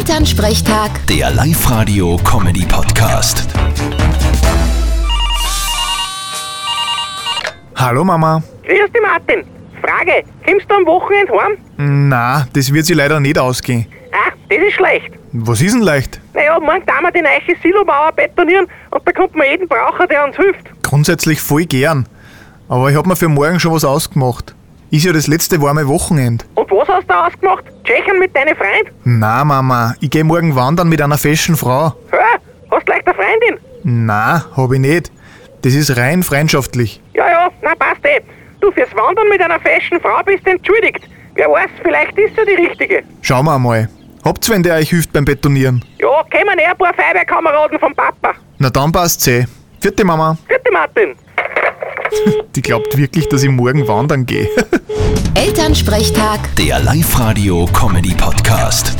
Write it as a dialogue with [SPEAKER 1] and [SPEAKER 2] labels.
[SPEAKER 1] Elternsprechtag,
[SPEAKER 2] Der Live-Radio-Comedy-Podcast.
[SPEAKER 3] Hallo Mama.
[SPEAKER 4] Grüß dich, Martin. Frage, kommst du am Wochenende heim?
[SPEAKER 3] Na, das wird sich leider nicht ausgehen.
[SPEAKER 4] Ah, das ist schlecht.
[SPEAKER 3] Was ist denn leicht?
[SPEAKER 4] Naja, morgen tun wir die neue Silomauer betonieren und da kommt man jeden brauchen, der uns hilft.
[SPEAKER 3] Grundsätzlich voll gern. Aber ich hab mir für morgen schon was ausgemacht. Ist ja das letzte warme Wochenende.
[SPEAKER 4] Und was hast du ausgemacht? Tschechien mit deinen Freunden?
[SPEAKER 3] Na Mama, ich geh morgen wandern mit einer fashion Frau.
[SPEAKER 4] Hä? Hast du gleich eine Freundin?
[SPEAKER 3] Na, hab ich nicht. Das ist rein freundschaftlich.
[SPEAKER 4] Ja, ja, na passt eh. Du, fürs Wandern mit einer fashion Frau bist entschuldigt. Wer weiß, vielleicht ist sie die Richtige.
[SPEAKER 3] Schauen wir mal. Habt's, wenn der euch hilft beim Betonieren?
[SPEAKER 4] Ja, kommen eh ein paar Feuerwehrkameraden vom Papa.
[SPEAKER 3] Na dann passt's eh. Vierte Mama.
[SPEAKER 4] Gute Martin.
[SPEAKER 3] Die glaubt wirklich, dass ich morgen wandern gehe.
[SPEAKER 1] Elternsprechtag.
[SPEAKER 2] Der Live-Radio-Comedy-Podcast.